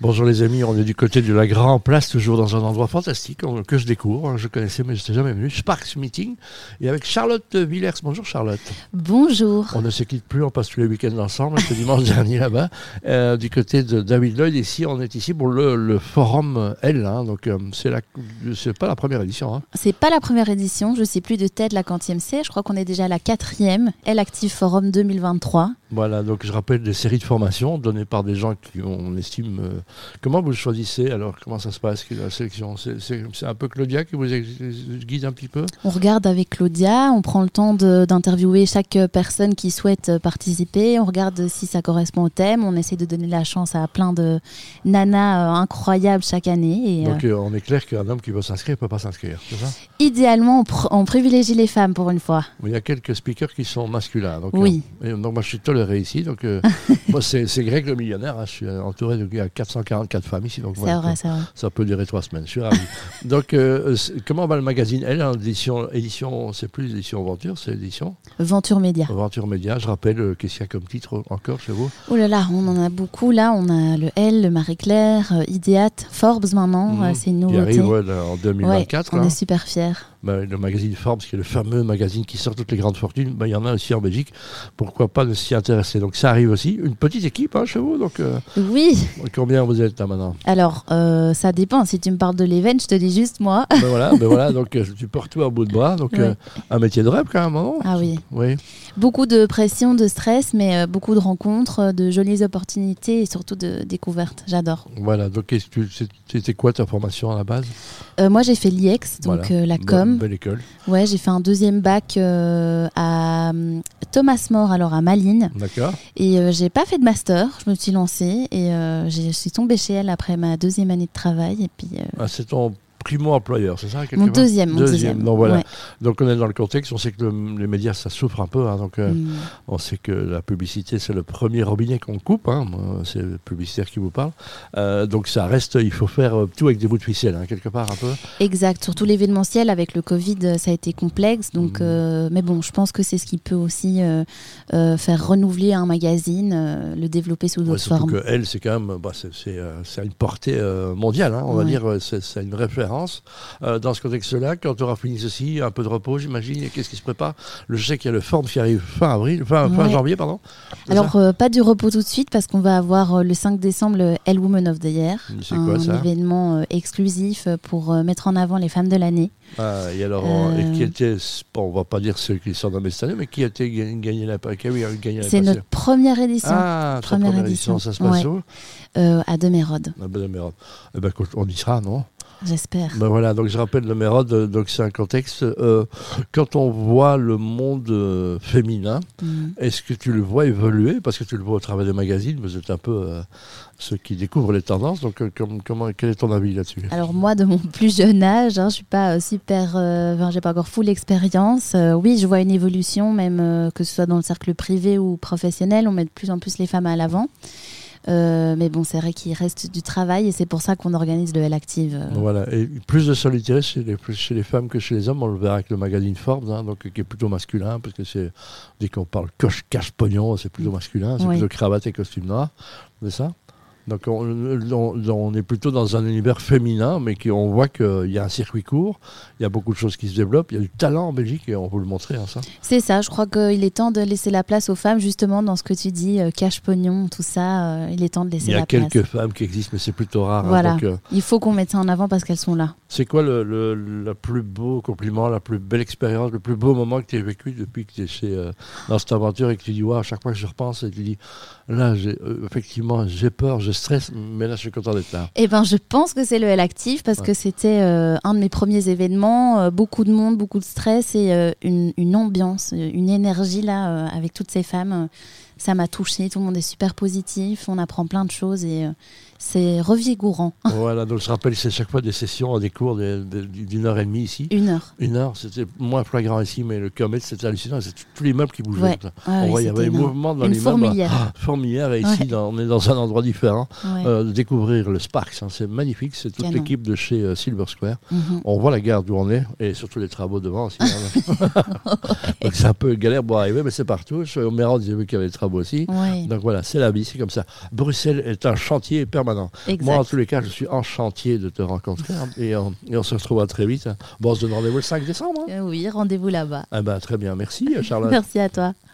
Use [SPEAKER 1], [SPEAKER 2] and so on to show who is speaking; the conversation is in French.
[SPEAKER 1] Bonjour les amis, on est du côté de la Grand Place, toujours dans un endroit fantastique on- que je découvre. hein, Je connaissais mais je n'étais jamais venu. Sparks Meeting et avec Charlotte Villers. Bonjour Charlotte.
[SPEAKER 2] Bonjour.
[SPEAKER 1] On ne se quitte plus, on passe tous les week-ends ensemble. C'était dimanche dernier là-bas, euh, du côté de David Lloyd. Ici, on est ici pour le, le forum L. hein, donc euh, c'est la, c'est pas la première édition. hein.
[SPEAKER 2] C'est pas la première édition, je sais plus de tête la quantième C, je crois qu'on est déjà à la quatrième, Elle Active Forum 2023.
[SPEAKER 1] Voilà, donc je rappelle des séries de formations données par des gens qui on estime. euh, comment vous le choisissez alors Comment ça se passe que la sélection C'est- C'est c'est un peu Claudia qui vous ex- guide un petit peu
[SPEAKER 2] On regarde avec Claudia, on prend le temps de- d'interviewer chaque personne qui souhaite euh, participer, on regarde si ça correspond au thème, on essaie de donner la chance à plein de nanas euh, incroyables chaque année. Et, euh,
[SPEAKER 1] Donc euh, on est clair qu'un homme qui veut s'inscrire ne peut pas s'inscrire, c'est ça
[SPEAKER 2] idéalement, on, pr- on privilégie les femmes pour une fois.
[SPEAKER 1] Mais il y a quelques speakers qui sont masculins. Donc,
[SPEAKER 2] Oui.
[SPEAKER 1] euh, et donc moi je suis toléré ici. Donc euh, moi c'est c'est Greg le millionnaire. hein, je suis euh, entouré de il y a 444 femmes ici. Donc
[SPEAKER 2] C'est
[SPEAKER 1] voilà,
[SPEAKER 2] vrai,
[SPEAKER 1] ça-
[SPEAKER 2] c'est vrai.
[SPEAKER 1] ça peut durer trois semaines. Je suis ravi. donc euh, c'est- comment va le magazine Elle, hein, édition, édition c'est plus édition aventure, c'est édition
[SPEAKER 2] Venture Média.
[SPEAKER 1] aventure média. Je rappelle euh, qu'est-ce qu'il y a comme titre encore chez vous
[SPEAKER 2] Oh là là, on en a beaucoup. Là, on a le L, le Marie-Claire, euh, Idéate, Forbes maintenant,
[SPEAKER 1] Mhm.
[SPEAKER 2] euh, c'est une
[SPEAKER 1] qui
[SPEAKER 2] nouveauté.
[SPEAKER 1] arrive ouais, là, en
[SPEAKER 2] Ouais,
[SPEAKER 1] 2024.
[SPEAKER 2] on
[SPEAKER 1] hein.
[SPEAKER 2] est super fiers.
[SPEAKER 1] Bah, le magazine Forbes, qui est le fameux magazine qui sort toutes les grandes fortunes, bah, il y en a aussi en Belgique. Pourquoi pas ne s'y intéresser Donc ça arrive aussi. Une petite équipe hein, chez vous. Donc euh,
[SPEAKER 2] Oui,
[SPEAKER 1] combien vous êtes là maintenant
[SPEAKER 2] alors euh, ça dépend. Si tu me parles de l'event, je te dis juste moi.
[SPEAKER 1] ben voilà, ben voilà. Donc euh, tu portes tout à bout de bras. Donc
[SPEAKER 2] Ouais.
[SPEAKER 1] euh, un métier de rêve quand même, non
[SPEAKER 2] Ah oui.
[SPEAKER 1] Oui.
[SPEAKER 2] Beaucoup de pression, de stress, mais euh, beaucoup de rencontres, euh, de jolies opportunités et surtout de découvertes. J'adore.
[SPEAKER 1] Voilà. Donc qu'est-ce que tu- c'est- c'était quoi ta formation à la base
[SPEAKER 2] Euh, moi, j'ai fait l'IEX, donc
[SPEAKER 1] Voilà.
[SPEAKER 2] euh, la
[SPEAKER 1] Bonne-
[SPEAKER 2] com.
[SPEAKER 1] Belle école.
[SPEAKER 2] Ouais, j'ai fait un deuxième bac euh, à hum, Thomas More, alors à Malines.
[SPEAKER 1] D'accord.
[SPEAKER 2] Et euh, j'ai pas fait de master. Je me suis lancée et euh, j'ai- je suis tombée chez elle après ma deuxième année de travail. Et puis euh,
[SPEAKER 1] Ah, c'est ton primo employeur, c'est ça quelque
[SPEAKER 2] mon
[SPEAKER 1] part
[SPEAKER 2] deuxième, mon
[SPEAKER 1] Deuxième,
[SPEAKER 2] deuxième.
[SPEAKER 1] donc voilà.
[SPEAKER 2] Ouais.
[SPEAKER 1] Donc on est dans le contexte. On sait que le- les médias ça souffre un peu. hein, donc euh,
[SPEAKER 2] Mm.
[SPEAKER 1] On sait que la publicité, c'est le premier robinet qu'on coupe. hein. Moi, C'est le publicitaire qui vous parle. Euh, donc ça reste, il faut faire euh, tout avec des bouts de ficelle, hein, quelque part un peu.
[SPEAKER 2] Exact, surtout l'événementiel avec le Covid, euh, ça a été complexe.
[SPEAKER 1] Mhm.
[SPEAKER 2] Donc, euh, mais bon, je pense que c'est ce qui peut aussi euh, euh, faire renouveler un magazine, euh, le développer sous
[SPEAKER 1] Ouais,
[SPEAKER 2] d'autres
[SPEAKER 1] surtout
[SPEAKER 2] formes.
[SPEAKER 1] que elle, c'est quand même, bah, c'est c'est, euh, c'est une portée euh, mondiale, hein, on va
[SPEAKER 2] Ouais.
[SPEAKER 1] dire, euh, c'est c'est une référence. Euh, dans ce contexte-là, quand tu auras fini ceci, un peu de repos, j'imagine, et qu'est-ce qui se prépare Je sais qu'il y a le Forme qui arrive fin avril, fin, fin
[SPEAKER 2] Ouais.
[SPEAKER 1] janvier, pardon. C'est ça
[SPEAKER 2] Alors, euh, pas du repos tout de suite parce qu'on va avoir euh, le 5 décembre le Hell Woman of the Year,
[SPEAKER 1] C'est
[SPEAKER 2] un
[SPEAKER 1] quoi, ça
[SPEAKER 2] événement euh, exclusif euh, pour euh, mettre en avant les femmes de l'année.
[SPEAKER 1] Ah, et alors,
[SPEAKER 2] Euh.
[SPEAKER 1] et qui était, bon, on va pas dire ceux qui sont nommés cette année, mais qui a été gagné, gagné la, qui a eu gagné la
[SPEAKER 2] C'est
[SPEAKER 1] passée
[SPEAKER 2] notre première édition
[SPEAKER 1] Ah, ta
[SPEAKER 2] Première
[SPEAKER 1] première, édition,
[SPEAKER 2] édition.
[SPEAKER 1] ça se passe
[SPEAKER 2] Ouais.
[SPEAKER 1] où
[SPEAKER 2] euh, à Demerode,
[SPEAKER 1] Ah ben, le Mérode. Eh ben, écoute, on y sera, non
[SPEAKER 2] j'espère.
[SPEAKER 1] Ben voilà, donc je rappelle le Mérode, euh, donc c'est un contexte. euh, quand on voit le monde euh, féminin,
[SPEAKER 2] Mhm.
[SPEAKER 1] est-ce que tu le vois évoluer Parce que tu le vois au travers des magazines, vous êtes un peu euh, ceux qui découvrent les tendances, donc euh, comme- comment, quel est ton avis là-dessus
[SPEAKER 2] Alors moi, de mon plus jeune âge, hein, je suis pas euh, super, euh, enfin j'ai pas encore full expérience. Euh, oui, je vois une évolution, même euh, que ce soit dans le cercle privé ou professionnel, on met de plus en plus les femmes à l'avant. Euh, mais bon, c'est vrai qu'il reste du travail et c'est pour ça qu'on organise le L Active. euh.
[SPEAKER 1] Voilà, et plus de solitaire chez les, plus chez les femmes que chez les hommes, on le verra avec le magazine Forbes, hein, donc, qui est plutôt masculin, parce que c'est, dès qu'on parle coche, cache, pognon, c'est plutôt masculin, c'est
[SPEAKER 2] Oui.
[SPEAKER 1] plutôt cravate et costume noir, c'est ça Donc on, on- on est plutôt dans un univers féminin, mais qui, on voit qu'il y a un circuit court, il y a beaucoup de choses qui se développent, il y a du talent en Belgique, et on vous le montrer, hein, ça.
[SPEAKER 2] C'est ça, je crois qu'il est temps de laisser la place aux femmes, justement, dans ce que tu dis, euh, cash pognon, tout ça, euh, il est temps de
[SPEAKER 1] Il
[SPEAKER 2] laisser
[SPEAKER 1] y a
[SPEAKER 2] la place.
[SPEAKER 1] quelques femmes qui existent, mais c'est plutôt rare. hein,
[SPEAKER 2] Voilà.
[SPEAKER 1] donc, euh,
[SPEAKER 2] Il faut qu'on mette ça en avant parce qu'elles sont là.
[SPEAKER 1] c'est quoi le, le, le plus beau compliment, la plus belle expérience, le plus beau moment que tu as vécu depuis que tu es chez, euh, dans cette aventure et que tu dis, waouh, à chaque fois que je repense et tu dis, là, j'ai, euh, effectivement, j'ai peur, je stresse, mais là, je suis content d'être là.
[SPEAKER 2] Eh ben, je pense que c'est le L Active parce
[SPEAKER 1] Ouais.
[SPEAKER 2] que c'était euh, un de mes premiers événements. euh, beaucoup de monde, beaucoup de stress et euh, une, une ambiance, euh, une énergie là euh, avec toutes ces femmes. euh, ça m'a touchée. Tout le monde est super positif. On apprend plein de choses et euh, c'est revigorant.
[SPEAKER 1] voilà, donc je rappelle, c'est chaque fois des sessions, des cours des- des- d'une heure et demie ici.
[SPEAKER 2] Une heure.
[SPEAKER 1] Une heure, c'était moins flagrant ici, mais le comète, c'était hallucinant. C'est tout- tous les meubles qui bougeaient.
[SPEAKER 2] Ouais.
[SPEAKER 1] comme ça.
[SPEAKER 2] Ouais,
[SPEAKER 1] On
[SPEAKER 2] ouais,
[SPEAKER 1] voit, il y
[SPEAKER 2] Ah c'était
[SPEAKER 1] avait le
[SPEAKER 2] énorme.
[SPEAKER 1] mouvement dans
[SPEAKER 2] Une
[SPEAKER 1] les meubles.
[SPEAKER 2] fourmilière.
[SPEAKER 1] Fourmilière, et ici,
[SPEAKER 2] Ouais.
[SPEAKER 1] dans- on est dans un endroit différent.
[SPEAKER 2] Ouais.
[SPEAKER 1] Euh, découvrir le Sparks, hein, c'est magnifique. C'est toute
[SPEAKER 2] Canon.
[SPEAKER 1] l'équipe de chez euh, Silver Square.
[SPEAKER 2] Mhm.
[SPEAKER 1] On voit la gare d'où on est et surtout les travaux devant aussi. hein. Donc c'est un peu galère pour arriver, mais c'est partout. Je suis au Mérode, j'ai vu qu'il y avait des travaux hommes aussi.
[SPEAKER 2] Ouais.
[SPEAKER 1] Donc voilà, c'est la vie, c'est comme ça. Bruxelles est un chantier permanent.
[SPEAKER 2] Exact.
[SPEAKER 1] Moi, en tous les cas, je suis enchantier de te rencontrer hein, et on, et on se retrouvera très vite. hein. Bon, on se donne rendez-vous le 5 décembre. hein.
[SPEAKER 2] Euh, Oui, rendez-vous là-bas.
[SPEAKER 1] Ah ben, très bien, merci euh, Charlotte.
[SPEAKER 2] Merci à toi.